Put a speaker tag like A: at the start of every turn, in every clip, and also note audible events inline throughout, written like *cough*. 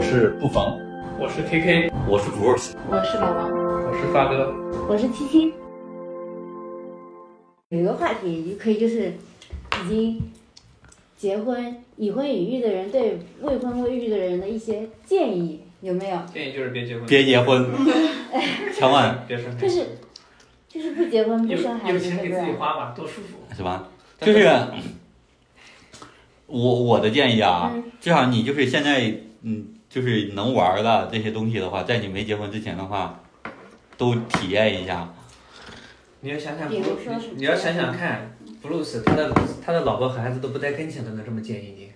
A: 是不妨，
B: 我是 KK，
C: 我是 Bruce，
D: 我是老王，
B: 我是发哥，
E: 我是七七。
F: 有一个话题可以就是，已经结婚、已婚已育的人对未婚未育的人的一些建议，有没有？
B: 建议就是别结婚，
C: 别结婚，千万
B: 别生孩子，
F: 就是就是不结婚不
B: 有
F: 生孩
B: 有
F: 子，
B: 钱
F: 对
B: 给
F: 不
B: 自己
F: 对？
B: 花吧，多舒服。
C: 是吧？就是我我的建议啊，
F: 嗯
C: 至少你就是现在嗯，就是能玩儿的这些东西的话，在你没结婚之前的话，都体验一下。
G: 你要想想
F: 比如说
G: Bruce，
F: 是
G: 你要想想看，Bruce 他的他的老婆和孩子都不带跟前的，能这么建议你？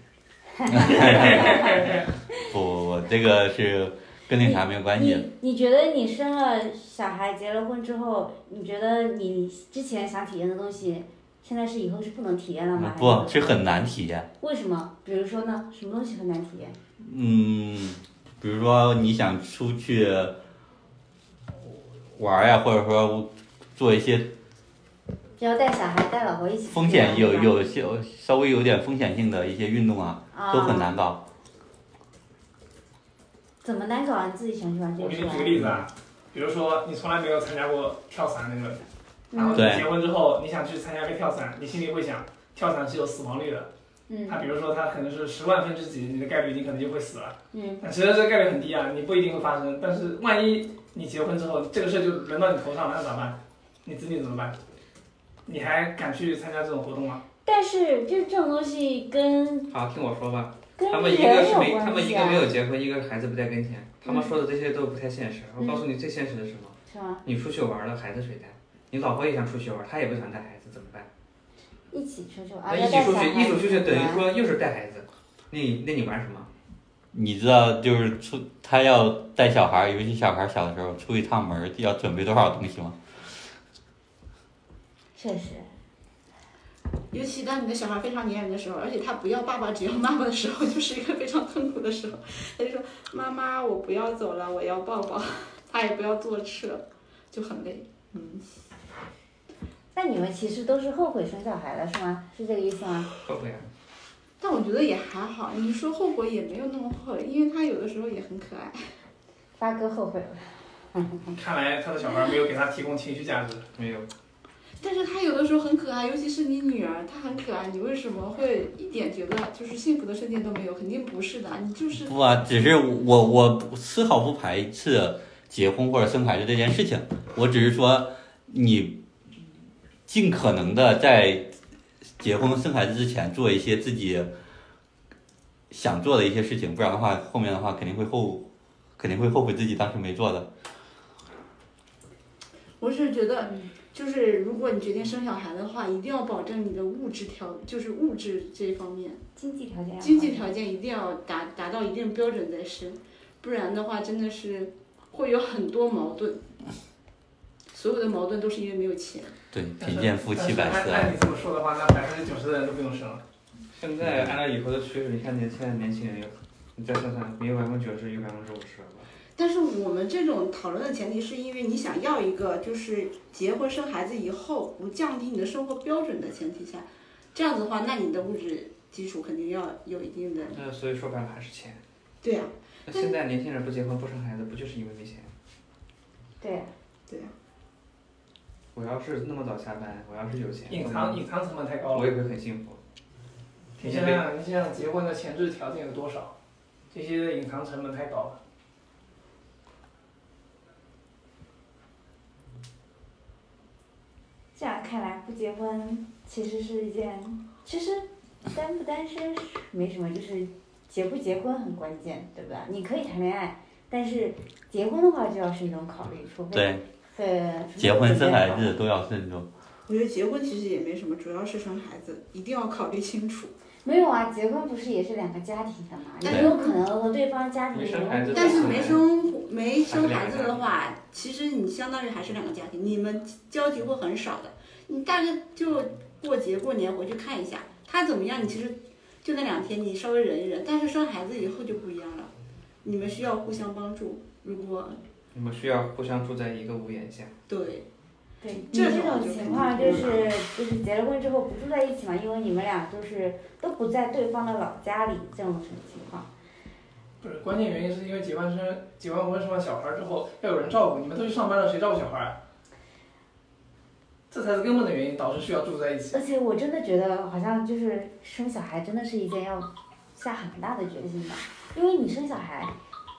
C: 不不不，这个是跟那啥没有关系。
F: 你你觉得你生了小孩、结了婚之后，你觉得你之前想体验的东西，现在是以后是不能体验了吗？还
C: 嗯不是很难体验。
F: 为什么？比如说呢，什么东西很难体验？
C: 嗯，比如说你想出去玩儿呀，或者说做一些
F: 只要带小孩、带老婆一起，
C: 风险有
F: 对吧
C: 有些稍微有点风险性的一些运动啊，
F: 啊，
C: 都很。难搞。
F: 怎么难搞啊？你自己想去玩这
H: 我
F: 个
H: 给你
F: 是吧
H: 举？个例子啊，比如说你从来没有参加过跳伞那种，然后
F: 嗯
H: 你
C: 对
H: 结婚之后你想去参加个跳伞，你心里会想，跳伞是有死亡率的，
F: 嗯
H: 它比如说它可能是十万分之几，你的概率你可能就会死了，
F: 嗯，
H: 但其实这概率很低啊，你不一定会发生，但是万一你结婚之后这个事就轮到你头上了，那咋办？你子女怎么办？你还敢去参加这种活动吗？
F: 但是就这种东西跟
G: 好，听我说吧，
F: 跟
G: 他们一个
F: 人
G: 是
F: 有
G: 没，他
F: 关
G: 们一
F: 系
G: 个
F: 啊
G: 没，有结婚，一个孩子不带跟前，他们说的这些都不太现实。我
F: 嗯
G: 告诉你，最现实的是什么？
F: 是吗？
G: 你出去玩了，孩子谁带？你老婆也想出去玩，她也不想带孩子，怎么办？
F: 一起出去玩，
G: 那
F: 啊
G: 呃一
F: 要
G: 起
F: 带
G: 出
F: 小
G: 去，
F: 孩
G: 一起出去等于
F: 玩
G: 说又是带孩子，那你那你玩什么？
C: 你知道，就是出他要带小孩儿，尤其小孩儿小的时候，出一趟门儿要准备多少东西吗？
F: 确实，
E: 尤其当你的小孩非常粘人的时候，而且他不要爸爸，只要妈妈的时候，就是一个非常痛苦的时候。他就说：“妈妈，我不要走了，我要抱抱。” *laughs* 他也不要坐车，就很累。嗯，
F: 那你们其实都是后悔生小孩了，是吗？是这个意思吗？
G: 后悔啊！
E: 但我觉得也还好。你说后悔也没有那么后悔，因为他有的时候也很可爱。
F: 发哥后悔了，
D: 嗯
H: 看来他的小孩没有给他提供情绪价值，
G: 没有，
E: 但是他有的时候很可爱，尤其是你女儿，她很可爱。你为什么会一点觉得就是幸福的瞬间都没有？肯定不是的，你就是
C: 不啊，只是我我丝毫不排斥结婚或者生孩子这件事情，我只是说你尽可能的在结婚生孩子之前做一些自己想做的一些事情，不然的话后面的话肯定会后肯定会后悔自己当时没做的。
E: 我是觉得，就是如果你决定生小孩的话，一定要保证你的物质条，就是物质这方面，
F: 经济条件要好，
E: 经济条件一定要达达到一定标准再生，不然的话真的是会有很多矛盾。 *laughs* 所有的矛盾都是因为没有钱。
C: 对，贫贱夫妻百
H: 但
C: 事啊
H: 是按
C: 哀
H: 按。你这么说的话，那百分之九十的人都不用生了。
G: 现在按照以后的趋势，你看年现在年轻人有，你再算算，没有百分之九十，有百分之五十了吧？
E: 但是我们这种讨论的前提是因为你想要一个就是结婚生孩子以后不降低你的生活标准的前提下，这样子的话，那你的物质基础肯定要有一定的。
G: 那所以说白了还是钱。
E: 对啊呀、
G: 那现在年轻人不结婚不生孩子，不就是因为没钱？
F: 对，啊
G: 我要是那么早下班，我要是有钱，
H: 隐藏隐藏成本太高了
G: 我。也会很幸福。
H: 你想想，你想想结婚的前置条件有多少？这些隐藏成本太高了。
D: 这样看来，不结婚其实是一件
F: 其实单不单身是没什么，就是结不结婚很关键，对吧？你可以谈恋爱，但是结婚的话就要慎重考虑，除非
C: 对，
F: 对，除非
C: 结婚
F: 准备
C: 生孩
F: 好
C: 子都要慎重。
E: 我觉得结婚其实也没什么，主要是生孩子，一定要考虑清楚。
F: 没有啊，结婚不是也是两个家庭的嘛？你
E: 对
F: 有可能和对方家庭
G: 没生孩子
E: 但是没生没生孩子的话，其实你相当于还是两个家庭，你们交集会很少的。你大概就过节过年回去看一下他怎么样，你其实就那两天，你稍微忍一忍。但是生孩子以后就不一样了，你们需要互相帮助。如果
G: 你们需要互相住在一个屋檐下。
E: 对，
F: 对，你
E: 这
F: 这
E: 种
F: 种
E: 就
F: 情
E: 肯
F: 况就
E: 定
F: 是就是结了婚之后不住在一起嘛，因为你们俩就是都不在对方的老家里这种什么情况。
H: 不是，关键原因是因为结完生结完婚生完小孩之后要有人照顾，你们都去上班了，谁照顾小孩啊？这才是根本的原因，导致需要住在一起。
F: 而且我真的觉得，好像就是生小孩真的是一件要下很大的决心的，因为你生小孩，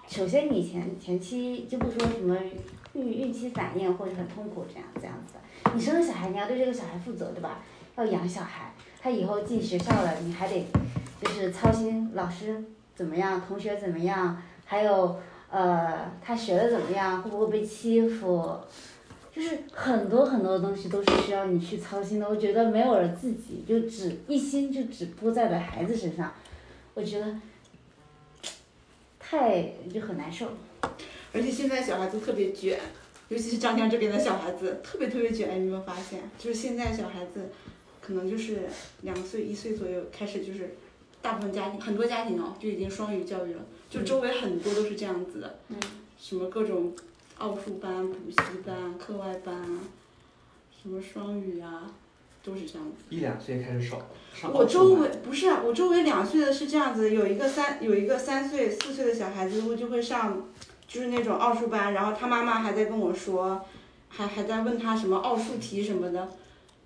F: 首先你前前期就不说什么孕孕期反应或者很痛苦这样这样子的，你生了小孩，你要对这个小孩负责，对吧？要养小孩，他以后进学校了，你还得就是操心老师怎么样，同学怎么样，还有呃他学的怎么样，会不会被欺负，就是很多很多东西都是需要你去操心的。我觉得没有了自己，就只一心就只扑在了孩子身上，我觉得太就很难受。
E: 而且现在小孩子特别卷，尤其是张江这边的小孩子特别特别卷，你有没有发现？就是现在小孩子，可能就是两岁一岁左右开始就是，大部分家庭很多家庭哦就已经双语教育了，就周围很多都是这样子的，
F: 嗯，
E: 什么各种奥数班、补习班、课外班啊，什么双语啊，都是这样子。
G: 一两岁开始少，上
E: 我
G: 奥数
E: 周
G: 班
E: 围不是啊，我周围两岁的是这样子，有一个三有一个三岁四岁的小孩子，会就会上，就是那种奥数班，然后他妈妈还在跟我说，还还在问他什么奥数题什么的，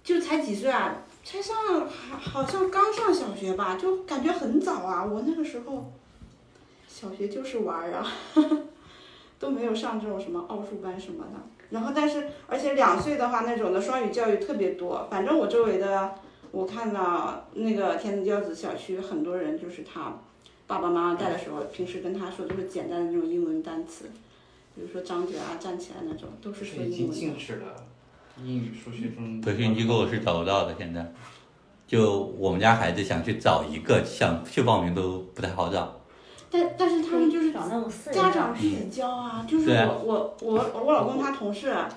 E: 就才几岁啊，才上好好像刚上小学吧，就感觉很早啊。我那个时候，小学就是玩儿啊， *laughs* 都没有上这种什么奥数班什么的。然后但是而且两岁的话，那种的双语教育特别多，反正我周围的。我看到那个天子教子小区很多人，就是他爸爸妈妈带的时候，平时跟他说就是简单的那种英文单词，比如说张嘴啊、站起来那种，都是
G: 是
E: 说
G: 已
E: 英
G: 经禁。
E: 文的
G: 止了英语、数学
B: 嗯
G: 中
C: 培训机构是找不到的，现在。就我们家孩子想去找一个，想去报名都不太好找。
E: 但但是他们就是
F: 找那种私人
E: 家长自己教啊，就是
C: 对啊
E: 我我我我老公他同事，啊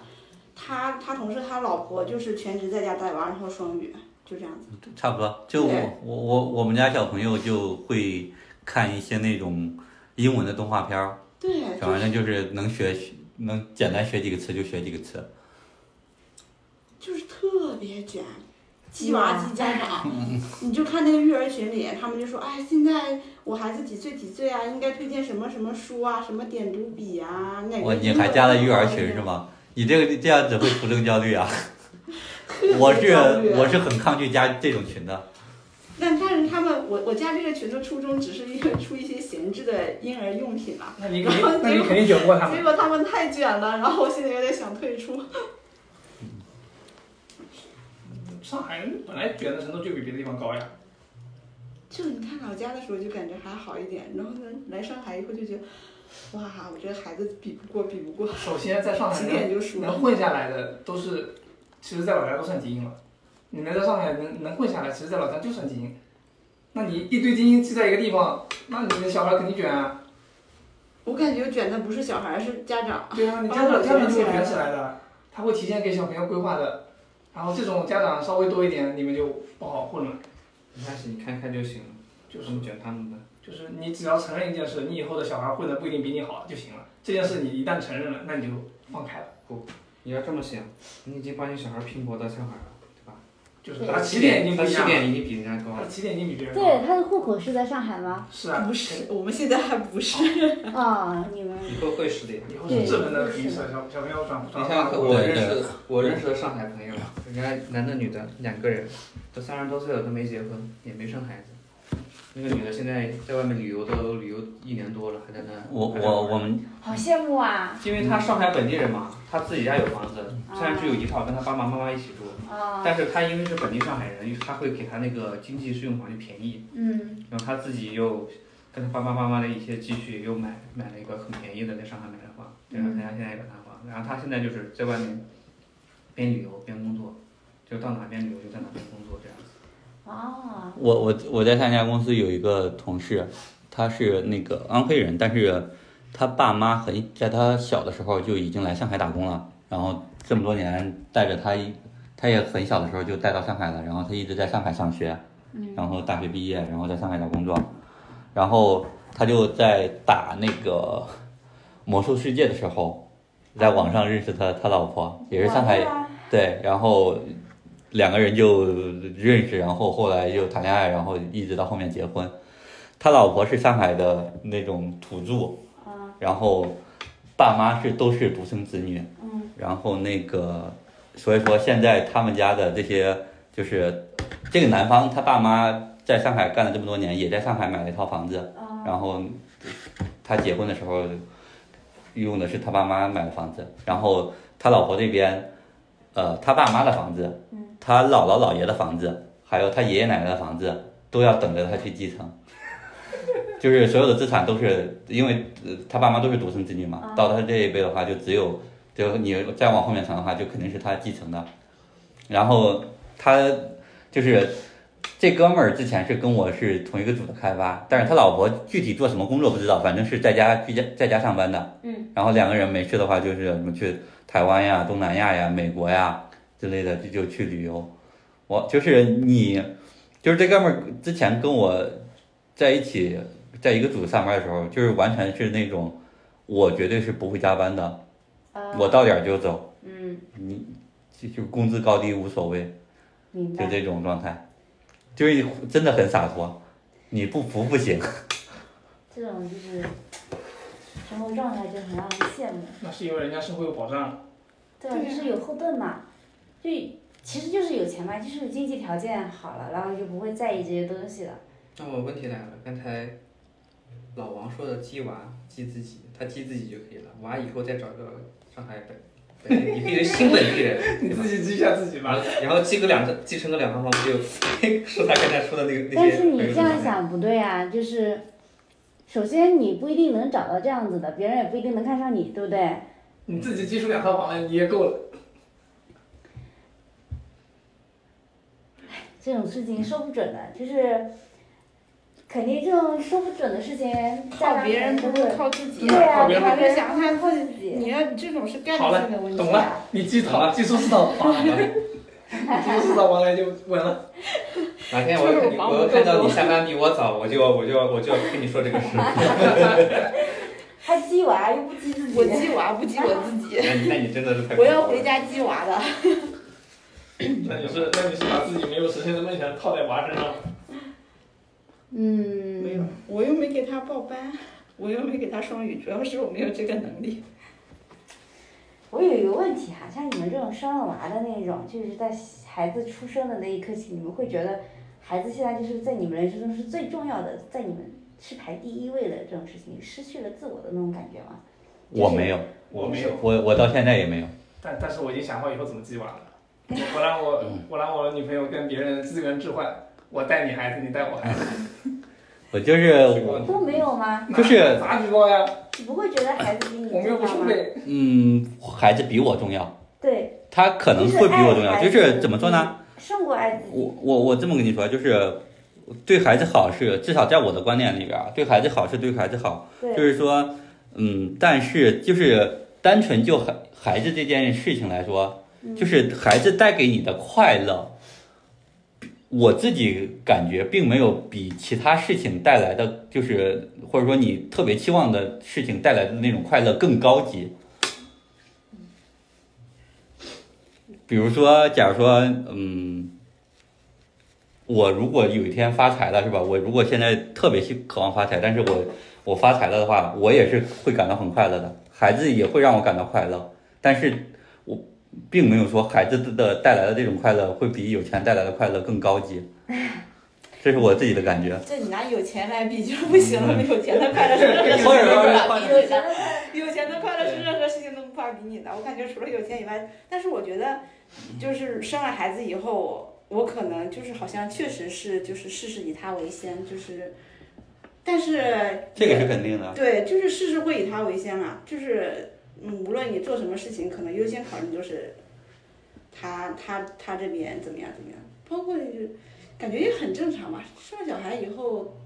E: 他他同事他老婆就是全职在家带娃，然后双语，就这样子。
C: 差不多，就
E: 对
C: 我我我我们家小朋友就会看一些那种英文的动画片儿，
E: 对，
C: 小玩意儿就是能学能简单学几个词就学几个词。
E: 就是特别卷，鸡娃鸡家
C: *laughs*
E: 长，你就看那个育儿群里，他们就说，哎，现在我孩子几岁几岁啊，应该推荐什么什么书啊，什么点读笔啊，哪个。
C: 我你还加了育
E: 啊
C: 儿群是？吗？你这个这样子会徒增焦虑啊！我是我是很抗拒加这种群的。
E: 但但是他们，我我加这个群的初衷只是因为出一些闲置的婴儿用品嘛，
H: 那你肯定，那你肯定卷不过他们
E: 结。果他们太卷了，然后我现在有点想退出。
H: *laughs* 上海本来卷的程度就比别的地方高呀。
E: 就你看老家的时候就感觉还好一点，然后呢来上海以后就觉得，哇，我这孩子比不过，比不过，
H: 首先在上海
E: 几
H: 能
E: 点就输了。
H: 能混下来的都是，其实，在老家都算精英了。你能在上海能能混下来，其实，在老家就算精英。那你一堆精英聚在一个地方，那你的小孩肯定卷啊。
E: 我感觉卷的不是小孩儿，是家长。
H: 对啊，你家长家长就会卷起来的，他会提前给小朋友规划的。然后这种家长稍微多一点，你们就不好混了。
G: 没关系，你看看就行了，
H: 就
G: 就是是卷他们的。
H: 就是你只要承认一件事，你以后的小孩混的不一定比你好就行了。这件事你一旦承认了，那你就放开了，
G: 你要这么想，你已经帮你小孩拼搏到上海了，对吧？
H: 就是
F: 对
H: 他
G: 他
H: 起点已经不
G: 他
H: 一
G: 起
H: 样了，
G: 点已经比人家高
H: 他
G: 了。
H: 起点已经比别人高了。
F: 对，他的户口是在上海吗？
H: 是啊，
E: 不是，我们现在还不是。
F: 啊、你们
G: 以后会是的呀。
H: 以后是这门的肯定是小小朋友转
G: 你
H: 转
G: 像
H: 化
G: 我
C: 啊对
G: 认识的，我认识的上海朋友，人家男的女的两个人，都三十多岁了都没结婚，也没生孩子。那个女的现在在外面旅游都旅游一年多了，还在那。
C: 我
G: 还在那
C: 我我们
F: 好羡慕啊！
G: 因为她上海本地人嘛，她自己家有房子，虽然只有一套，跟她爸爸妈妈一起住，
F: 啊、
G: 但是她因为是本地上海人，她会给她那个经济适用房就便宜。
F: 嗯，
G: 然后他自己又跟他爸爸妈妈的一些积蓄，又买买了一个很便宜的在上海买的房，然
B: 嗯
G: 后他家现在有套房，然后他现在就是在外面边旅游边工作，就到哪边旅游就在哪边工作这样子。
F: 啊，
C: 我我我在他家公司有一个同事，他是那个安徽人，但是他爸妈很在他小的时候就已经来上海打工了，然后这么多年带着他一，他也很小的时候就带到上海了，然后他一直在上海上学，然后大学毕业，然后在上海找工作，然后他就在打那个魔兽世界的时候，在网上认识他他老婆，也是上海
F: 我啊
C: 对，然后两个人就认识，然后后来就谈恋爱，然后一直到后面结婚。他老婆是上海的那种土著，
F: 嗯
C: 然后爸妈是都是独生子女，
F: 嗯
C: 然后那个，所以说现在他们家的这些就是这个男方他爸妈在上海干了这么多年，也在上海买了一套房子，
F: 嗯
C: 然后他结婚的时候用的是他爸妈买的房子，然后他老婆这边，呃，他爸妈的房子
F: 嗯，
C: 他姥姥姥爷的房子，还有他爷爷奶奶的房子，都要等着他去继承。 *laughs* 就是所有的资产都是因为呃他爸妈都是独生子女嘛，到他这一辈的话，就只有就你再往后面传的话，就肯定是他继承的。然后他就是这哥们儿之前是跟我是同一个组的开发，但是他老婆具体做什么工作不知道，反正是在家居家在家上班的。
F: 嗯。
C: 然后两个人没事的话，就是什么去台湾呀、东南亚呀、美国呀之类的，就就去旅游。我就是你，就是这哥们儿之前跟我在一起，在一个组上班的时候，就是完全是那种我绝对是不会加班的。
F: 呃
C: 我到点儿就走，
F: 嗯，
C: 你就就工资高低无所谓，
F: 明
C: 就
F: 白。
C: 这种状态，就是真的很洒脱，你不服不行。
F: 这种就是生活状态就很让人羡慕。
H: 那是因为人家生活有保障，
F: 对
E: 对啊
F: 吧，
E: 呀
F: 就是有后盾嘛，就其实就是有钱嘛，就是经济条件好了，然后就不会在意这些东西了。
B: 那我问题来了，刚才老王说的鸡娃鸡自己，他鸡自己就可以了，娃以后再找个上海本本地一批人新的一批人，
H: *laughs* 你
B: 对吧
H: 自己记一下自己
B: 然
H: 吧。
B: 后然后继个两个继承个两套房不就 *laughs* 是他刚才说的那个那
F: 但
B: 些
F: 是你
B: 朋友
F: 这样
B: 圈
F: 想不对啊，就是首先你不一定能找到这样子的，别人也不一定能看上你，对不对？
H: 你自己记出两套房来，你也够了。
F: 这种事情说不准的，就是肯定这种说不准的事情，
E: 靠别人不
F: 不
E: 是靠自己
F: 对，啊呀、
H: 靠别人
F: 靠别人
E: 想他
F: 靠自己。
E: 你要这种是概
H: 好
E: 率
H: 了
E: 性的问题。啊
H: 懂了，你记套，记出四套房来了， *laughs* 记出四套房来就稳了。
B: 哪天我
E: 就是王
B: 我要
E: 不
B: 看到
E: 够
B: 你下班比我早，我就我就我就跟你说这个事。
F: 还鸡娃又不鸡自己，
E: 我鸡娃不鸡我自己，
B: 那你那你真的是太
E: 我要回家鸡娃的。
H: 那你是，那你是把自己没有实现的梦想套在娃身上了。
E: 没有
F: 嗯，，
E: 我又没给他报班，我又没给他双语，主要是我没有这个能力。
F: 我有一个问题哈、像你们这种生了娃的那种，就是在孩子出生的那一刻起，你们会觉得孩子现在就是在你们人生中是最重要的，在你们是排第一位的这种事情，失去了自我的那种感觉吗？
C: 我没有，
H: 我没有，
C: 我我到现在也没有。
H: 但但是我已经想好以后怎么记
C: *laughs*
H: 娃了。我我让我
C: 嗯
H: 我让我女朋友跟别人资源置换，我带你孩子，你带我孩子，
C: 我就是我，
F: 都没有吗？
C: 不嗯是
H: 咋举报呀？
F: 你不会觉得孩子比你
H: 我们又
F: 重
H: 不
F: 要
H: 是
C: *laughs*
F: 吗？
H: 被
C: 嗯，孩子比我重要，
F: 对，
C: 他可能会比我重要，就是怎么说呢？
F: 嗯胜过爱自己。
C: 我我我这么跟你说，就是对孩子好是至少在我的观念里边儿，啊对孩子好是对孩子好。就
F: 对，
C: 是说，嗯，但是就是单纯就孩孩子这件事情来说，就是孩子带给你的快乐，我自己感觉并没有比其他事情带来的，就是或者说你特别期望的事情带来的那种快乐更高级。比如说，假如说，嗯，我如果有一天发财了，是吧？我如果现在特别希渴望发财，但是我我发财了的话，我也是会感到很快乐的，孩子也会让我感到快乐，但是我并没有说孩子的带来的这种快乐会比有钱带来的快乐更高级，这是我自己的感 *laughs* 觉。
E: 这你拿有钱来比就不行了，没有钱的快乐是任何事情
C: 或者
E: 都
C: 说
E: 无
C: 是
E: 法比
F: 有
E: 拟
F: 钱的
E: 的。
F: 快乐
E: *laughs* 有钱的快乐是任何事情都无法比拟的。我感觉除了有钱以外，但是我觉得，就是生了孩子以后，我可能就是好像确实是就是事事以他为先，就是，但是
C: 这个是肯定的，
E: 对，就是事事会以他为先嘛，就是嗯，无论你做什么事情，可能优先考虑就是他他他这边怎么样怎么样，包括就是感觉也很正常嘛。生了小孩以后，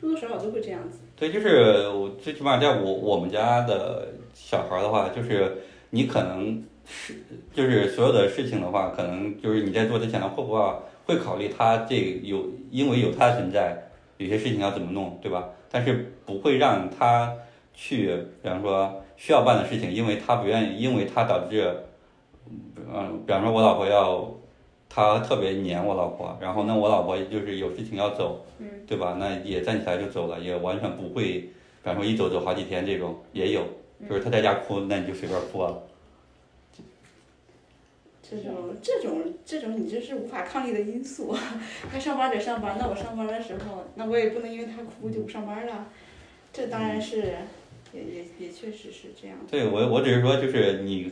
E: 多多少少都会这样子。
C: 对，就是我最起码在我我们家的小孩儿的话，就是你可能是就是所有的事情的话，可能就是你在做之前的会不会会考虑他这个有因为有他的存在，有些事情要怎么弄，对吧？但是不会让他去，比方说需要办的事呃情，因为他不愿意，因为他导致，嗯，比方说我老婆要他特别黏我老婆，然后呢，我老婆就是有事情要走，
F: 嗯
C: 对吧？那也站起来就走了，也完全不会，比方说一走走好几天这种也有，就是他在家哭，那你就随便哭啊。
E: 这种这种这种你这是无法抗力的因素。 *laughs* 他上班得上班，那我上班的时候，那我也不能因为他哭就不上班了。这当然是，也也也确实是这样的。
C: 对我，我只是说，就是你，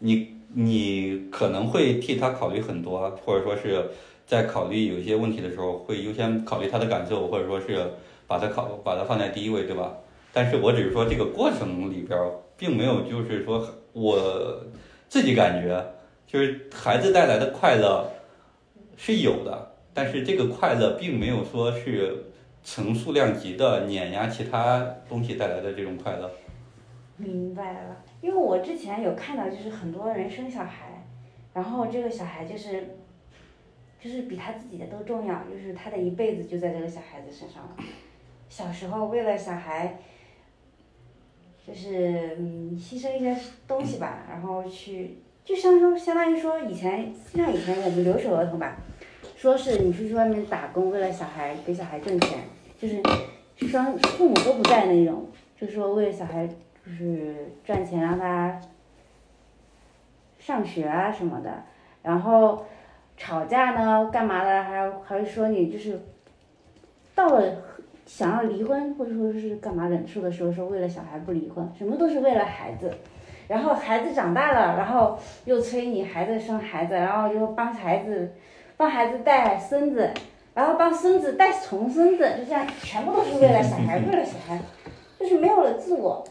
C: 你，你可能会替他考虑很多，啊或者说是在考虑有一些问题的时候，会优先考虑他的感受，或者说是把他考把他放在第一位，对吧？但是我只是说这个过程里边儿，并没有就是说我自己感觉，就是孩子带来的快乐是有的，但是这个快乐并没有说是成数量级的碾压其他东西带来的这种快乐。
F: 明白了，因为我之前有看到，就是很多人生小孩，然后这个小孩就是，就是比他自己的都重要，就是他的一辈子就在这个小孩子身上了。小时候为了小孩，就是嗯牺牲一些东西吧，然后去就相当相当于说以前像以前我们留守儿童吧，说是你出去外面打工，为了小孩给小孩挣钱，就是双父母都不在那种，就说为了小孩。就是赚钱让他上学啊什么的，然后吵架呢干嘛的，还还会说你就是到了想要离婚或者说是干嘛忍住的时候，说为了小孩不离婚，什么都是为了孩子。然后孩子长大了，然后又催你孩子生孩子，然后又帮孩子帮孩子带孙子，然后帮孙子带重孙子，就这样，全部都是为了小孩，为了小孩，就是没有了自我。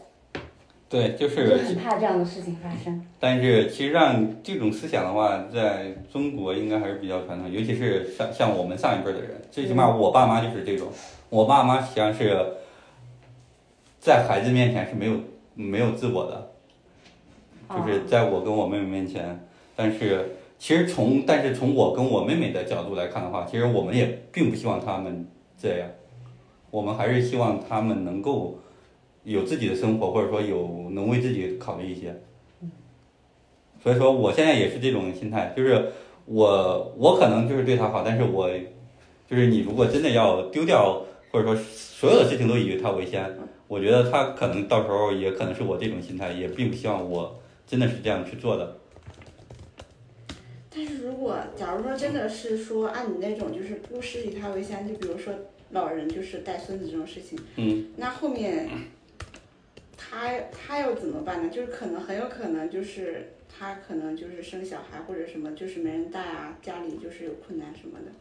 C: 对，就
F: 就是很怕这样的事情发生。
C: 但是其实让这种思想的话，在中国应该还是比较传统，尤其是像像我们上一辈的人，最起码我爸妈就是这种。我爸妈实际上是在孩子面前是没有没有自我的，就是在我跟我妹妹面前。但是其实从但是从我跟我妹妹的角度来看的话，其实我们也并不希望他们这样，我们还是希望他们能够有自己的生活，或者说有能为自己考虑一些。所以说我现在也是这种心态，就是我我可能就是对他好，但是我就是你如果真的要丢掉，或者说所有的事情都以他为先，我觉得他可能到时候也可能是我这种心态，也并不希望我真的是这样去做的。
E: 但是如果假如说真的是说按你那种就是不是以他为先，就比如说老人就是带孙子这种事情，
C: 嗯，
E: 那后面他他要怎么办呢？就是可能很有可能就是他可能就是生小孩或者什么，就是没人带啊，家里就是有困难什么的。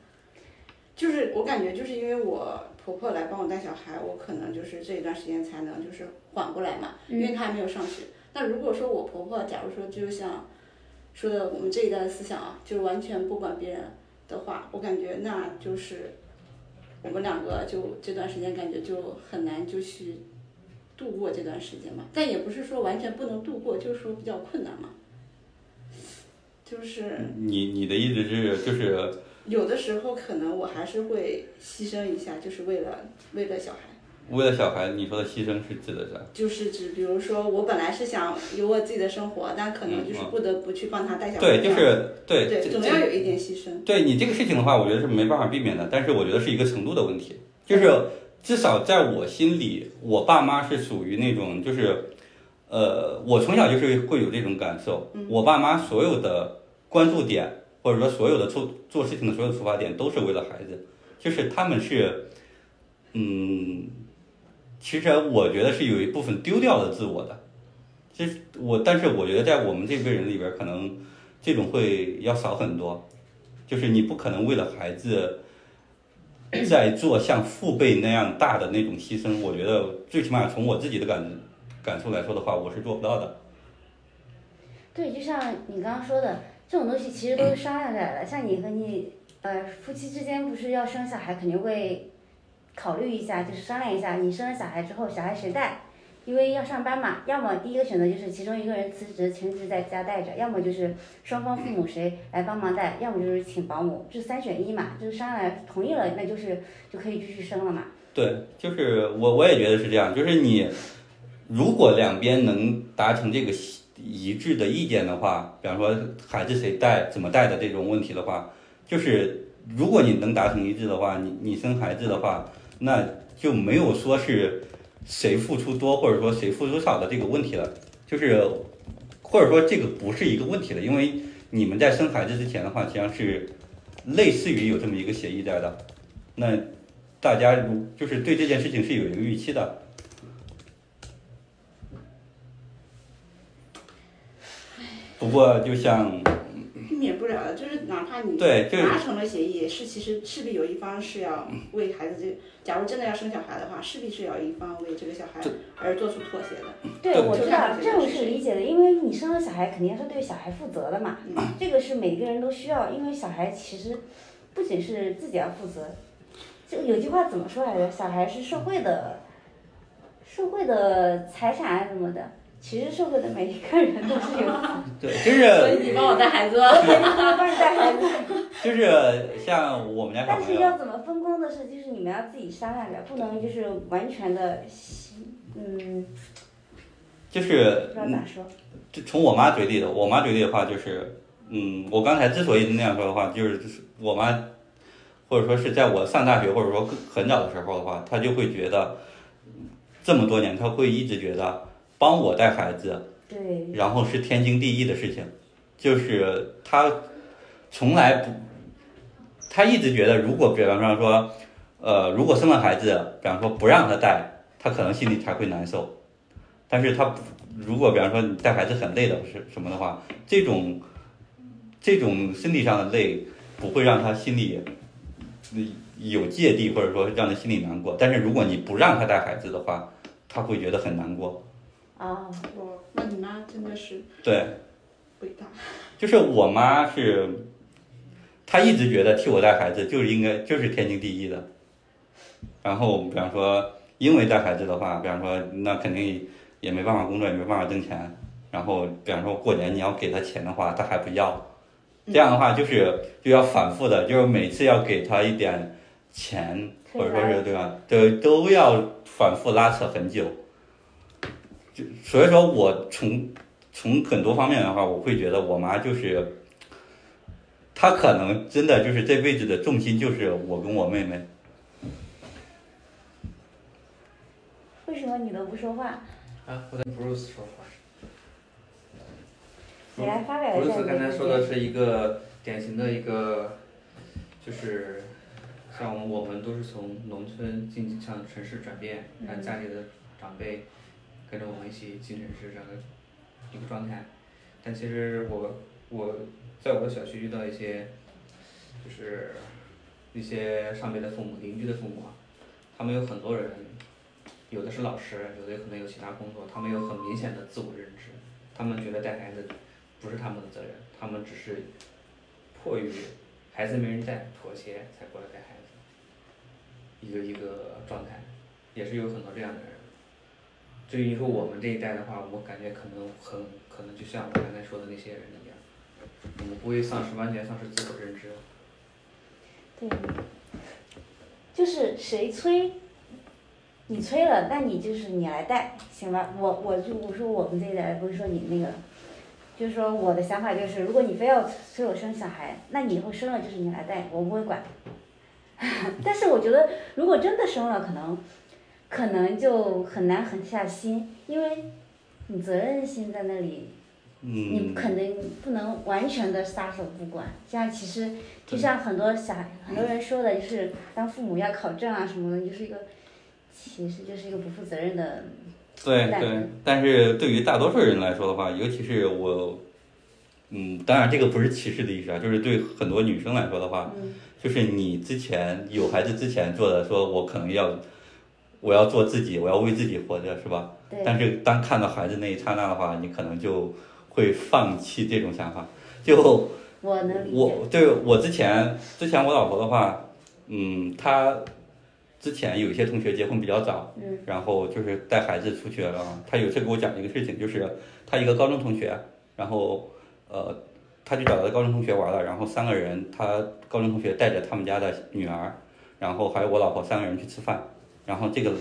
E: 就是我感觉就是因为我婆婆来帮我带小孩，我可能就是这一段时间才能就是缓过来嘛，因为她还没有上学。那如果说我婆婆，假如说就像说的我们这一代的思想啊，就是完全不管别人的话，我感觉那就是我们两个就这段时间感觉就很难就去度过这段时间嘛。但也不是说完全不能度过，就是说比较困难嘛。就是
C: 你你的意思是就是
E: 有的时候可能我还是会牺牲一下，就是为了为了小孩。
C: 为了小孩，你说的牺牲是指的啥？
E: 就是指，比如说，我本来是想有我自己的生活，但可能就是不得不去帮他啊带小孩。
C: 嗯对，就是对
E: 对，
C: 这
E: 总
C: 这
E: 要有一点牺牲。
C: 对你这个事情的话，我觉得是没办法避免的，但是我觉得是一个程度的问题，就是至少在我心里，我爸妈是属于那种就是，呃，我从小就是会有这种感受，
E: 嗯
C: 我爸妈所有的关注点或者说所有的出做事情的所有出发点都是为了孩子，就是他们是，嗯，其实我觉得是有一部分丢掉了自我的，就是我，但是我觉得在我们这辈人里边，可能这种会要少很多。就是你不可能为了孩子在做像父辈那样大的那种牺牲。我觉得最起码从我自己的感感受来说的话，我是做不到的。
F: 对，就像你刚刚说的，这种东西其实都是商量着来的。像你和你呃夫妻之间不是要生小孩，肯定会考虑一下，就是商量一下，你生了小孩之后，小孩谁带？因为要上班嘛，要么第一个选择就是其中一个人辞职，全职在家带着，要么就是双方父母谁来帮忙带，要么就是请保姆，这三选一嘛，就是商量同意了，那就是就可以继续生了嘛。
C: 对，就是我我也觉得是这样。就是你如果两边能达成这个协一致的意见的话，比方说孩子谁带、怎么带的这种问题的话，就是如果你能达成一致的话，你你生孩子的话，那就没有说是谁付出多或者说谁付出少的这个问题了，就是或者说这个不是一个问题了，因为你们在生孩子之前的话，实际上是类似于有这么一个协议在的，那大家如就是对这件事情是有一个预期的，不过就像。
E: 避免不了的，就是哪怕你
C: 对就是
E: 达成了协议，是其实势必有一方是要为孩子这，假如真的要生小孩的话，势必是有一方为这个小孩而做出妥协的。
F: 对，
C: 对
F: 我
E: 就
F: 知
E: 看
F: 道
E: 这
F: 这
E: 个
F: 我
E: 是
F: 是
E: 谁
F: 理解的，因为你生了小孩，肯定是对小孩负责的嘛。啊
E: 嗯
F: 这个是每个人都需要，因为小孩其实不仅是自己要负责，就有句话怎么说来着？小孩是社会的，社会的财产啊什么的。其实社会的每一个人都
E: *laughs*
F: 是有责
C: 对，就是
E: 以你帮我带孩子，
F: 任带孩
E: *laughs*
F: 子，
C: 就是像我们家小
F: 但
C: 朋
F: 是
C: 友，啊
F: 要怎么分工的事，就是你们要自己商量着，不能就是完全的，嗯，
C: 就是
F: 不知道
E: 嗯
F: 咋说。
C: 就从我妈嘴里的，我妈嘴里的话就是，嗯，我刚才之所以那样说的话，就是就是我妈，或者说是在我上大学，或者说很早的时候的话，她就会觉得，这么多年，她会一直觉得帮我带孩子，
F: 对，
C: 然后是天经地义的事情，就是她从来不，她一直觉得，如果比方说说，呃，如果生了孩子，比方说不让她带，她可能心里才会难受，但是她如果比方说你带孩子很累的是什么的话，这种这种身体上的累不会让他心里嗯有芥蒂，或者说让他心里难过。但是如果你不让他带孩子的话，他会觉得很难过。
F: 啊、
E: 哇，哦那你妈真的是
C: 对，
E: 伟大。
C: 就是我妈是，她一直觉得替我带孩子就是应该就是天经地义的。然后比方说，因为带孩子的话，比方说那肯定也没办法工作，也没办法挣钱。然后比方说过年你要给她钱的话，她还不要。这样的话就是就要反复的，就是每次要给她一点钱，或者说是对吧？对，都要反复拉扯很久。就所以说我从从很多方面的话，我会觉得我妈就是，她可能真的就是这辈子的重心就是我跟我妹妹。
F: 为什么你都不说话？
B: 啊，我在 Bruce 说话。
E: 哎
F: 你来发表一下你
B: Bruce 刚才
F: 的
B: 说
F: 观
B: 的
F: 点。
B: 是一个典型的一个，就是像我们都是从农村进向城市转变，让家里的长辈跟着我们一起进城市这样的一个状态。但其实我我在我的小区遇到一些，就是一些上面的父母、邻居的父母啊，他们有很多人，有的是老师，有的可能有其他工作，他们有很明显的自我认知，他们觉得带孩子不是他们的责任，他们只是迫于孩子没人带，妥协才过来带孩子，一个一个状态，也是有很多这样的人。至于你说我们这一代的话，我感觉可能很可能就像我刚才说的那些人一样，我们不会丧失完全丧失自我认知。
F: 对，就是谁催，你催了，那你就是你来带，行吧？我我就我说我们这一代，不是说你那个，就是说我的想法就是，如果你非要催我生小孩，那你以后生了就是你来带，我不会管。 *laughs* 但是我觉得，如果真的生了，可能，可能就很难狠下心，因为你责任心在那里，你
C: 嗯，
F: 可能不能完全的撒手不管，这样其实就像很多小孩很多人说的，就是当父母要考证啊什么的，你就是一个，其实就是一个不负责任的，
C: 对
F: 对
C: 对。但是对于大多数人来说的话，尤其是我，嗯，当然这个不是歧视的意思啊，就是对很多女生来说的话，
F: 嗯，
C: 就是你之前有孩子之前做的，说我可能要，我要做自己，我要为自己活着，是吧？
F: 对，
C: 但是当看到孩子那一刹那的话，你可能就会放弃这种想法。就
F: 我能理解，
C: 我对我之前之前我老婆的话，嗯，她之前有一些同学结婚比较早，
F: 嗯，
C: 然后就是带孩子出去了。她有一次给我讲一个事情，就是她一个高中同学，然后呃，她去找她的高中同学玩了，然后三个人，她高中同学带着他们家的女儿，然后还有我老婆三个人去吃饭，然后这个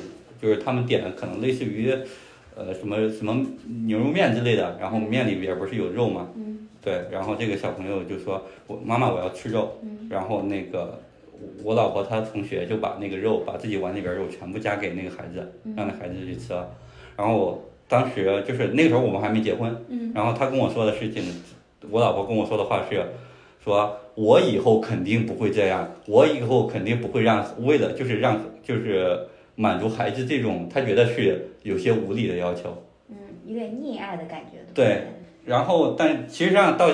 C: 就是他们点的可能类似于呃什么什么牛肉面之类的，然后面里边不是有肉嘛，
F: 嗯
C: 对，然后这个小朋友就说：“我妈妈，我要吃肉。”然后那个我我老婆她同学就把那个肉，把自己碗里边肉全部夹给那个孩子，让那孩子去吃了。然后我当时就是那个时候我们还没结婚，然后她跟我说的事情，我老婆跟我说的话是说：“我以后肯定不会这样，我以后肯定不会让为了就是让就是满足孩子这种她觉得是有些无理的要求。”
F: 嗯，有点溺爱的感觉，
C: 对
F: 不
C: 然后，但其实上到，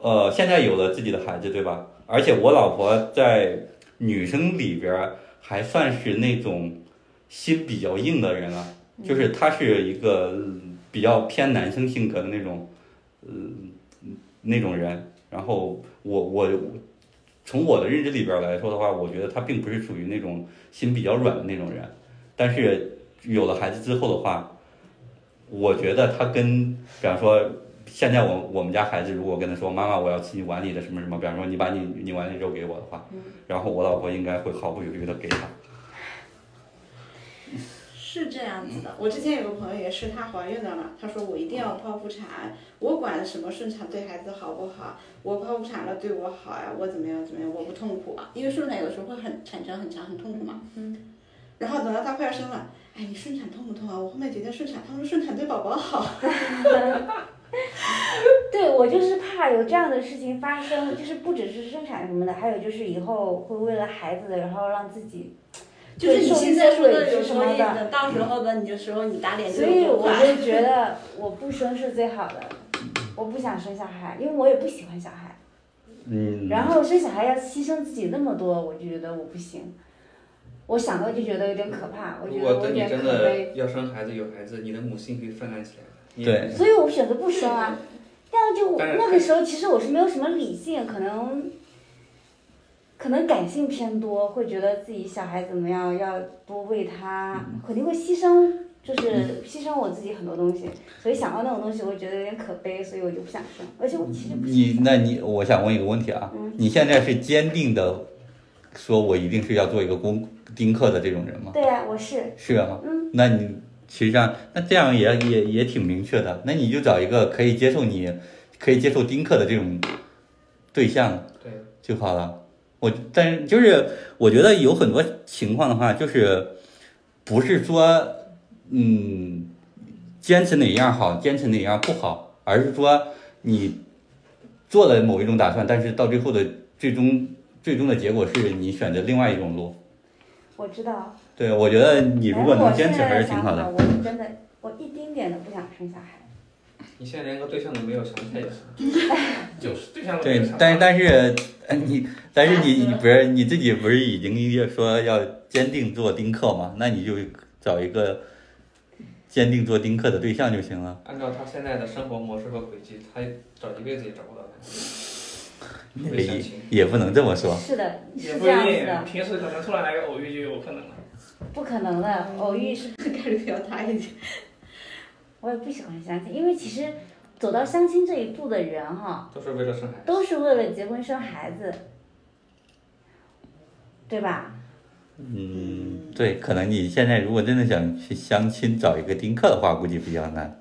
C: 呃，现在有了自己的孩子，对吧？而且我老婆在女生里边儿还算是那种心比较硬的人了，就是她是一个嗯比较偏男生性格的那种，嗯、那种人。然后我我从我的认知里边儿来说的话，我觉得她并不是属于那种心比较软的那种人，但是有了孩子之后的话，我觉得他跟，比方说，现在我我们家孩子如果跟他说妈妈我要吃你碗里的什么什么，比方说你把你你碗里肉给我的话，然后我老婆应该会毫不犹豫的给他。
E: 是这样子的，我之前有个朋友也是，她怀孕了嘛，她说我一定要剖腹产，我管什么顺产对孩子好不好，我剖腹产了对我好呀、我怎么样怎么样，我不痛苦啊，因为顺产有的时候会很产生很长很痛苦嘛。嗯。然后等到她快要生了，哎，你顺产痛不痛啊？我后面决定顺产，她说顺产对宝宝好。 *laughs*
F: 对我就是怕有这样的事情发生，就是不只是生产什么的，还有就是以后会为了孩子，然后让自己
E: 就是你现在说的，
F: 对
E: 有
F: 是
E: 时
F: 什
E: 候
F: 么
E: 你
F: 的
E: 等到时候呢，你就时候你打脸就
F: 所以
E: 有多
F: 我
E: 快。
F: 就
E: *laughs*
F: 觉得我不生是最好的，我不想生小孩，因为我也不喜欢小孩。
C: 嗯，
F: 然后生小孩要牺牲自己那么多，我就觉得我不行。我想到就觉得有点可怕，我
B: 如
F: 觉得
B: 果
F: 我有
B: 等你
F: 点
B: 真
F: 可悲，
B: 的要生孩子有孩子，你的母性可以泛滥起来的。你
C: 对
F: 所以我选择不生啊。但就
B: 但是
F: 那个时候，其实我是没有什么理性，可能可能感性偏多，会觉得自己小孩怎么样，要多为他，
C: 嗯
F: 肯定会牺牲，就是牺牲我自己很多东西。所以想到那种东西，我觉得有点可悲，所以我就不想生。而且我其实不
C: 你
F: 想生
C: 那你我想问一个问题啊，你现在是坚定的说我一定是要做一个工丁克的这种人吗？
F: 对啊，我是
C: 是啊，
F: 嗯，
C: 那你其实上那这样也也也挺明确的，那你就找一个可以接受你可以接受丁克的这种对象，
G: 对
C: 就好了。我但是就是我觉得有很多情况的话，就是不是说嗯坚持哪样好，坚持哪样不好，而是说你做了某一种打算，但是到最后的最终最终的结果是你选择另外一种路。
F: 我知道。
C: 对，我觉得你如果
F: 反
C: 能
F: 正哎我
C: 坚持
F: 现在
C: 还是挺
F: 想
C: 好的
F: 法。我是真的，我一丁点都不想生小孩。
B: 你现在连个对象都没有，想太远了。
H: 就是对象都没有
C: 对
H: 想，法
C: 但是但是，呃你但是你你不是你自己不是已经说要坚定做丁克吗？那你就找一个坚定做丁克的对象就行了。
B: 按照他现在的生活模式和轨迹，他找一辈子也找不到
C: 也
B: 对相亲
C: 也不能这么说，
F: 是的，
H: 也
F: 是
H: 不
F: 这
H: 一
F: 样子
H: 定，
F: 的，
H: 平时可能突然来个偶遇就有可能了。
F: 不可能的。偶遇是，
E: 概率比较大一点。
F: 我也不喜欢相亲，因为其实走到相亲这一步的人哈，
B: 都是为了生孩子。
F: 都是为了结婚生孩子，对吧？
C: 嗯，对，可能你现在如果真的想去相亲找一个丁克的话，估计比较难。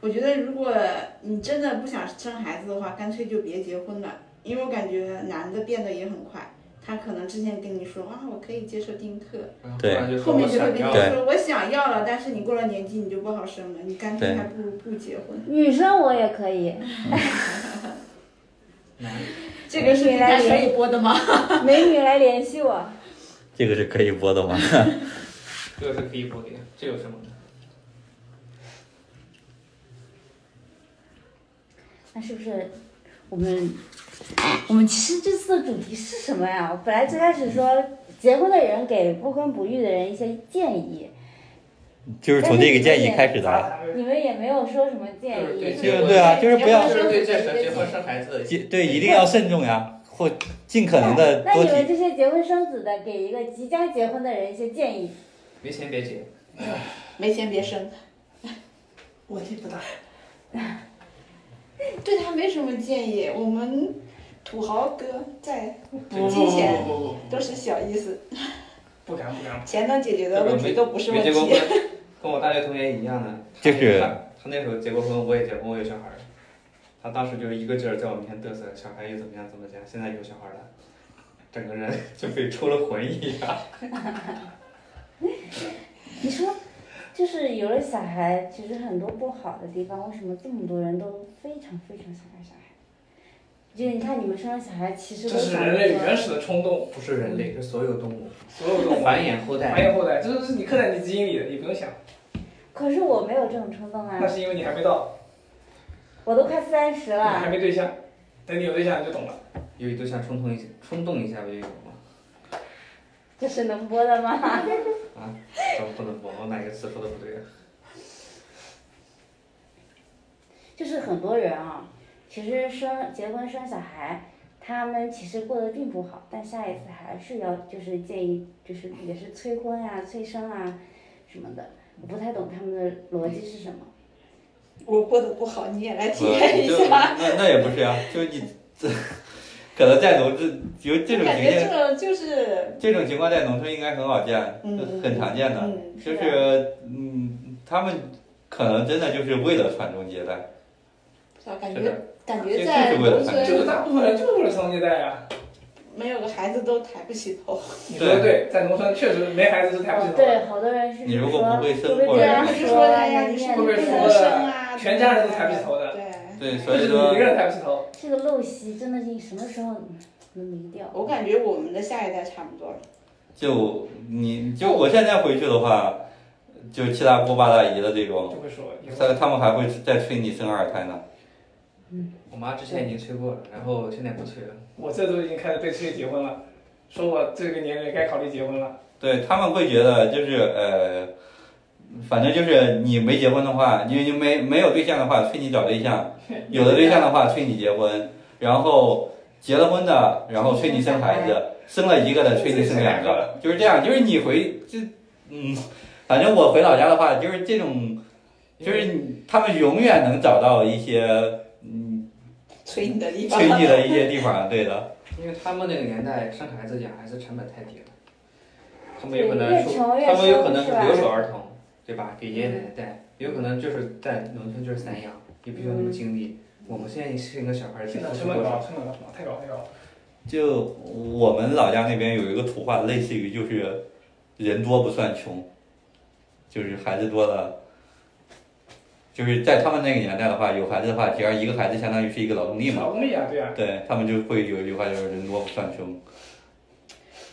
E: 我觉得如果你真的不想生孩子的话，干脆就别结婚了，因为我感觉男的变得也很快。他可能之前跟你说啊，我可以接受丁克，
B: 然后
C: 对
B: 突然就说
E: 后
B: 我
E: 面就会
B: 想
E: 跟你
B: 要
E: 说我想要了，但是你过了年纪你就不好生了，你干脆
C: 对
E: 还不如不结婚。
F: 女生我也可以， *laughs*
E: 这个是平台可以播的吗？
F: 美女来联系我。
C: 这个是可以播的吗？ *laughs*
G: 这个是可以播给，这有什么的？
F: 那是不是我们我们其实这次的主题是什么呀？我本来最开始说结婚的人给不婚不育的人一些建议，
C: 就是从这个建议开始的。
B: 哎
H: 咱们
F: 你们也没有说什么建
B: 就是
F: 议
B: 对，
C: 就是对啊，就是不要
B: 就是对这生结婚生孩子的
C: 结对，一定要慎重呀，或尽可能的
F: 那
C: 多
F: 你
C: 提。
F: 们这些结婚生子的，给一个即将结婚的人一些建议。
B: 没钱别结，
E: 没钱别生，
H: 问题不大。
E: *laughs* 对他没什么建议。我们土豪哥在
H: 不
E: 金钱
H: 不不不
E: 都是小意思，
H: 不敢不敢，
E: 钱能解决
B: 这
E: 的
B: 个
E: 问题
B: 没
E: 都不是
B: 没
E: 问
B: 结过
E: 题。
B: 婚， *laughs* 跟我大学同学一样
C: *laughs*
B: 的，
C: 这是
B: 他他那时候结过婚，我也结婚，我有小孩儿，他当时就是一个劲儿在我面前嘚瑟，小孩又怎么样怎么讲，现在有小孩儿了，整个人就被抽了魂一样。
F: 你说，就是有了小孩，其实很多不好的地方，为什么这么多人都非常非常想要小孩？就是你看你们生了小孩，其实
H: 这
F: 都
H: 是
F: 想
H: 人类
F: 着
H: 原始的冲动，
B: *laughs* 不是人类，是所有动物
H: 所有
F: *laughs*
H: 动物
B: 繁衍后
H: 繁
B: 代。
H: 衍后代，这是你刻在你基因里的，你不用想，
F: 可是我没有这种冲动啊
H: 那，是因为你还没到，
F: 我都快三十
H: 你还
F: 了，
H: 没对象，等你有对象你就懂了。
B: 有对象冲动一下，冲动一下不就有吗？
F: 这是能播的吗？ *laughs*
B: 怎么不能播？我哪个词说的不对啊？
F: 就是很多人啊，其实生结婚生小孩，他们其实过得并不好，但下一次还是要就是建议就是也是催婚啊、催生啊什么的，我不太懂他们的逻辑是什么。
E: 我过得不好，你也来体验
C: 我
E: 一
C: 嗯就
E: 下。
C: 那那也不是呀、就你 *laughs* 这可能在农村有这种
E: 感
C: 情
E: 觉
C: 形，
E: 这种就是，
C: 这种情况在农村应该很少见，
E: 嗯
C: 很常见的。
E: 嗯，
C: 就是
E: 啊
C: 是嗯，他们可能真的就是为了传宗接代，
E: 是吧？感
C: 真的
E: 觉感
C: 这
E: 觉在
C: 就是为了
E: 农
C: 孩子
H: 就是
E: 村
H: 大部分人就是为了传宗接代啊。
E: 没有个孩子都抬不起头。
H: 你说的对，在农村确实没孩子是抬不起头的，
F: 哦对，好多人是
C: 你如
F: 说
C: 果不会生
F: 会
C: 或
H: *laughs*
C: 者
F: 被别
E: 对啊，
F: 人
E: 不是
F: 说
E: *laughs* 说哎呀，
F: 你
E: 你是
F: 面
H: 会
E: 不
H: 被
E: 是
F: 对
E: 不
H: 说
E: 能
H: 的
E: 生啊？
H: 全家人都抬不起头的，
E: 对，
C: 对，所以
H: 就是
C: 说
H: 你一个人抬不起头。
F: 这个陋习真的是什么时候能没掉？
E: 我感觉我们的下一代差不多了。
C: 就你就我现在回去的话，就七大姑八大姨的这种，
H: 就会说以后
C: 他他们还会再催你生二胎呢。
B: 我妈之前已经催过了，然后现在不催了。
H: 我这都已经开始被催结婚了，说我这个年龄该考虑结婚了。
C: 对他们会觉得就是呃，反正就是你没结婚的话，你你没没有对象的话，催你找对象；有了对象的话，催你结婚。然后结了婚的，然后催你生孩子；生了一个的，催你生两个，就是这样。就是你回这，嗯，反正我回老家的话，就是这种，就是你他们永远能找到一些嗯
E: 催你的地方，
C: 催你的一些地方，对的。
B: 因为他们那个年代生孩子养孩子成本太低了，他们有
F: 对，
B: 可能
F: 越
B: 说，
F: 穷越
B: 他们有可能
F: 生
B: 是
F: 是
B: 留
F: 吧？嗯
B: 守儿童，对吧？给爷爷奶奶带，有可能就是在农村就是散养，也不需要
F: 嗯
B: 那么精力。我们现在生个小孩儿得
H: 现在
B: 付
H: 成
B: 出
H: 本
B: 多
H: 高，
B: 少？
H: 成本高，太高太高了。
C: 就我们老家那边有一个土话，类似于就是人多不算穷，就是孩子多了，就是在他们那个年代的话，有孩子的话，只要一个孩子相当于是一个劳动力嘛，
H: 劳动力啊，对啊，
C: 对他们就会有一句话就是人多不算穷，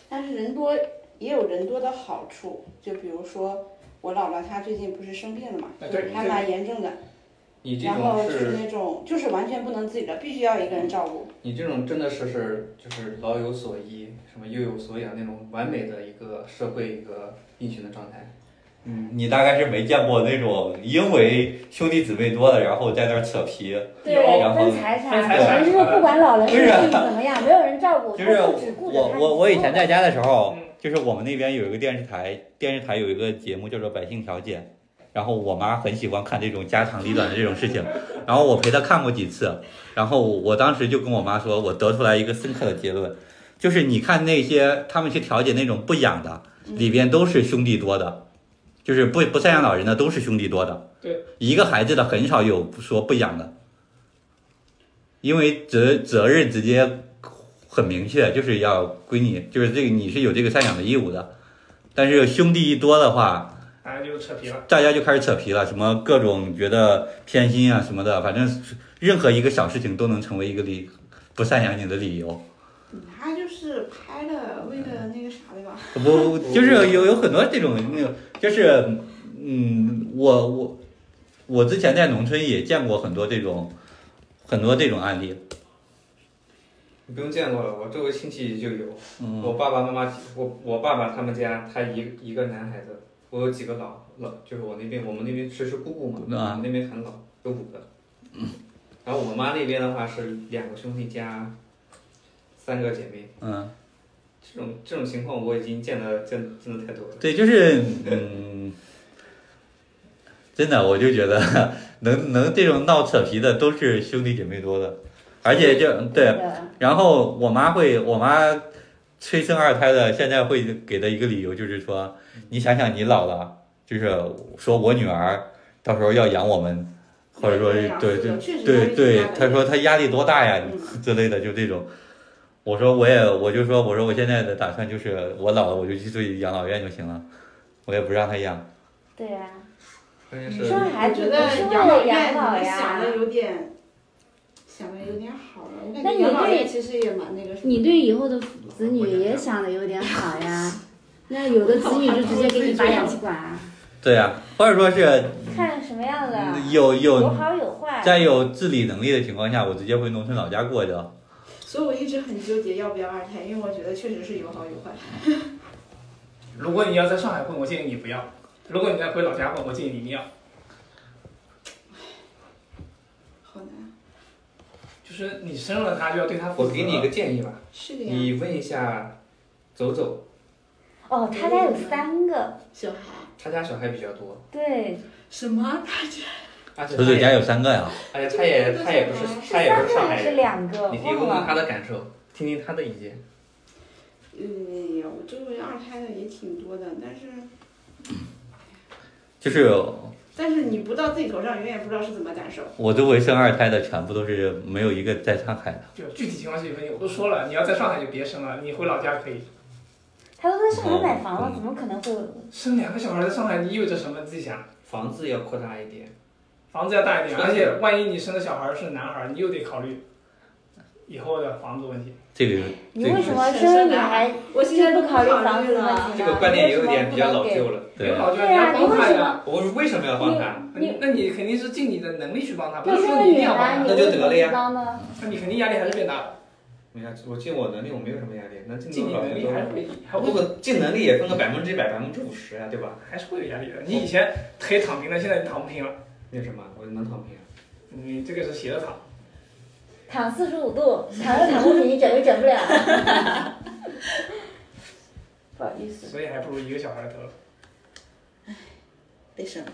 E: 但是人多也有人多的好处，就比如说我姥姥她最近不是生病了嘛，
H: 哎对，
E: 还
H: 对
E: 蛮严重的，
B: 你这
E: 然后
B: 种
E: 是
B: 是，
E: 那种就是完全不能自理了，必须要一个人照顾。
B: 你这种真的是是就是老有所依，什么幼有所养那种完美的一个社会一个运行的状态。
C: 嗯，你大概是没见过那种因为兄弟姊妹多了，然后在那儿扯皮，然
F: 对，
C: 后
F: 分财
H: 分财
F: 产，
H: 产
F: 就是不管老人
C: 不是
F: 生病怎么样，没有人照顾，
C: 就是
F: 他就只顾着
C: 我
F: 他
C: 我我以前在家的时候
H: 嗯，
C: 就是我们那边有一个电视台，电视台有一个节目叫做《百姓调解》，然后我妈很喜欢看这种家长里短的这种事情，然后我陪她看过几次，然后我当时就跟我妈说，我得出来一个深刻的结论，就是你看那些他们去调解那种不养的，
F: 嗯
C: 里边都是兄弟多的，就是不不赡养老人的都是兄弟多的，
H: 对，
C: 一个孩子的很少有说不养的，因为责责任直接很明确，就是要归你，就是这个你是有这个赡养的义务的。但是兄弟一多的话，
H: 当然就是扯皮了。
C: 大家就开始扯皮了，什么各种觉得偏心啊什么的，反正是任何一个小事情都能成为一个理不赡养你的理由。
E: 他嗯就是拍了为了那个啥的吧？
C: 我就是有有很多这种那种，就是嗯，我我我之前在农村也见过很多这种很多这种案例，
B: 你不用见过了，我周围亲戚就有。
C: 嗯
B: 我爸爸妈妈，我我爸爸他们家，他一一个男孩子，我有几个老老，就是我那边我们那边是是姑姑嘛，
C: 啊
B: 我们那边很老，有五个。然后我妈那边的话是两个兄弟加三个姐妹，
C: 嗯。
B: 这种这种情况我已经见的见见的太多了。
C: 对，就是嗯，真的，我就觉得能能这种闹扯皮的都是兄弟姐妹多的，而且就对，
F: 的。
C: 然后我妈会，我妈催生二胎的，现在会给的一个理由就是说，你想想你老了，就是说我女儿到时候要养我们，或者说是对对对对，他说他压力多大呀
E: 嗯
C: *laughs* 之类的，就这种。我说我也我就说我说我现在的打算就是我老了我就去睡养老院就行了，我也不让他养。
F: 对呀、
B: 关键
F: 你
B: 是
F: 说孩子
E: 觉
F: 不
E: 得
F: 是为
E: 养老
F: 了
E: 院
F: 养
E: 你
F: 老
E: 们想
F: 呀
E: 的，有点，想的有点好了。我感
F: 那
E: 觉
F: 你
E: 养老
F: 对
E: 院其实也蛮那个什么。
F: 你对以后的子女也想的有点好呀。那有的子女就直接给你拔氧气管啊，
C: 对呀、或者说是
F: 看什么样的，
C: 有
F: 啊有
C: 有
F: 好有坏。
C: 嗯在有自理能力的情况下，我直接回农村老家过去了。
E: 所以我一直很纠结要不要二胎，因为我觉得确实是有好有坏。
H: 如果你要在上海混，我建议你不要；如果你在回老家混，我建议你要。
E: 好难，
H: 就是你生了他，就要对他负责。
B: 我给你一个建议吧，
E: 啊是的
F: 啊
E: 呀。
B: 你问一下走走，
F: 哦，他家有三个，
E: 小孩
B: 他家小孩比较多，
F: 对，
E: 什么？他这
B: 而且
C: 走
B: 他
C: 走
B: 也
C: 家有三个呀，
B: 而且他也他也不是他也不
F: 三
B: 是
F: 个
B: 上
F: 还
B: 海
F: 是
B: 人，
F: 两个？
B: 你可以问
F: 忘
B: 问
F: 了。
B: 他的感受，听听他的意见。
E: 嗯，我周围二胎的也挺多的，但是
C: 就是
E: 但是你不到自己头上，永远不知道是怎么感受。
C: 我周围生二胎的全部都是没有一个在上海的。
H: 就具体情况具体分析，我都说了，你要在上海就别生了，你回老家可以
F: 他都在上海买房
C: 嗯
F: 了，怎么可能会有？
B: 嗯
H: 生两个小孩在上海，意味着什么？你自己想。
B: 房子要扩大一点，
H: 房子要大一点，
B: 是的
H: 而且万一你生的小孩是男孩，你又得考虑以后的房子问题。
C: 这个
F: 你
C: 这个
F: 为什么身为女孩
E: 我
F: 就
E: 现在
F: 不
E: 都考
F: 考
E: 虑
F: 虑房子的
E: 了。
F: 问题
B: 这
F: 呢？
B: 个观点
F: 你
B: 有
F: 为什么
B: 点比较
F: 不能
B: 老
F: 给
B: 旧了。
C: 对
H: 老舅，
F: 对呀、
H: 要
F: 你
H: 帮
F: 为
H: 他
F: 什
H: 呀，
F: 么？
B: 我为什么要帮他？
F: 你你
H: 那你肯定是尽你的能力去帮他，不
F: 你
H: 是
F: 身
H: 说
F: 为
H: 你一
F: 女
H: 定要帮
F: 孩，
H: 他
F: 你，
B: 那就得了呀
F: 为什么不帮呢？
H: 那你肯定压力还是变大的，
B: 我呀，我尽我能力，我没有什么压力，能尽
H: 尽
B: 多
H: 你
B: 少尽
H: 能力
B: 多
H: 还是
B: 少。
H: 会还
B: 如
H: 会
B: 果尽能力也分个百分之一百、百分之五十呀，对吧？
H: 还是会有压力的。你以前可以躺平的，现在你躺不平了，
B: 那什么，我能躺平。
H: 你这个是斜着躺。
F: 躺四十五度，躺着躺不平，卷又卷不了。 *laughs* 不好意思，
H: 所以还不如一个小孩得了。
E: 得生，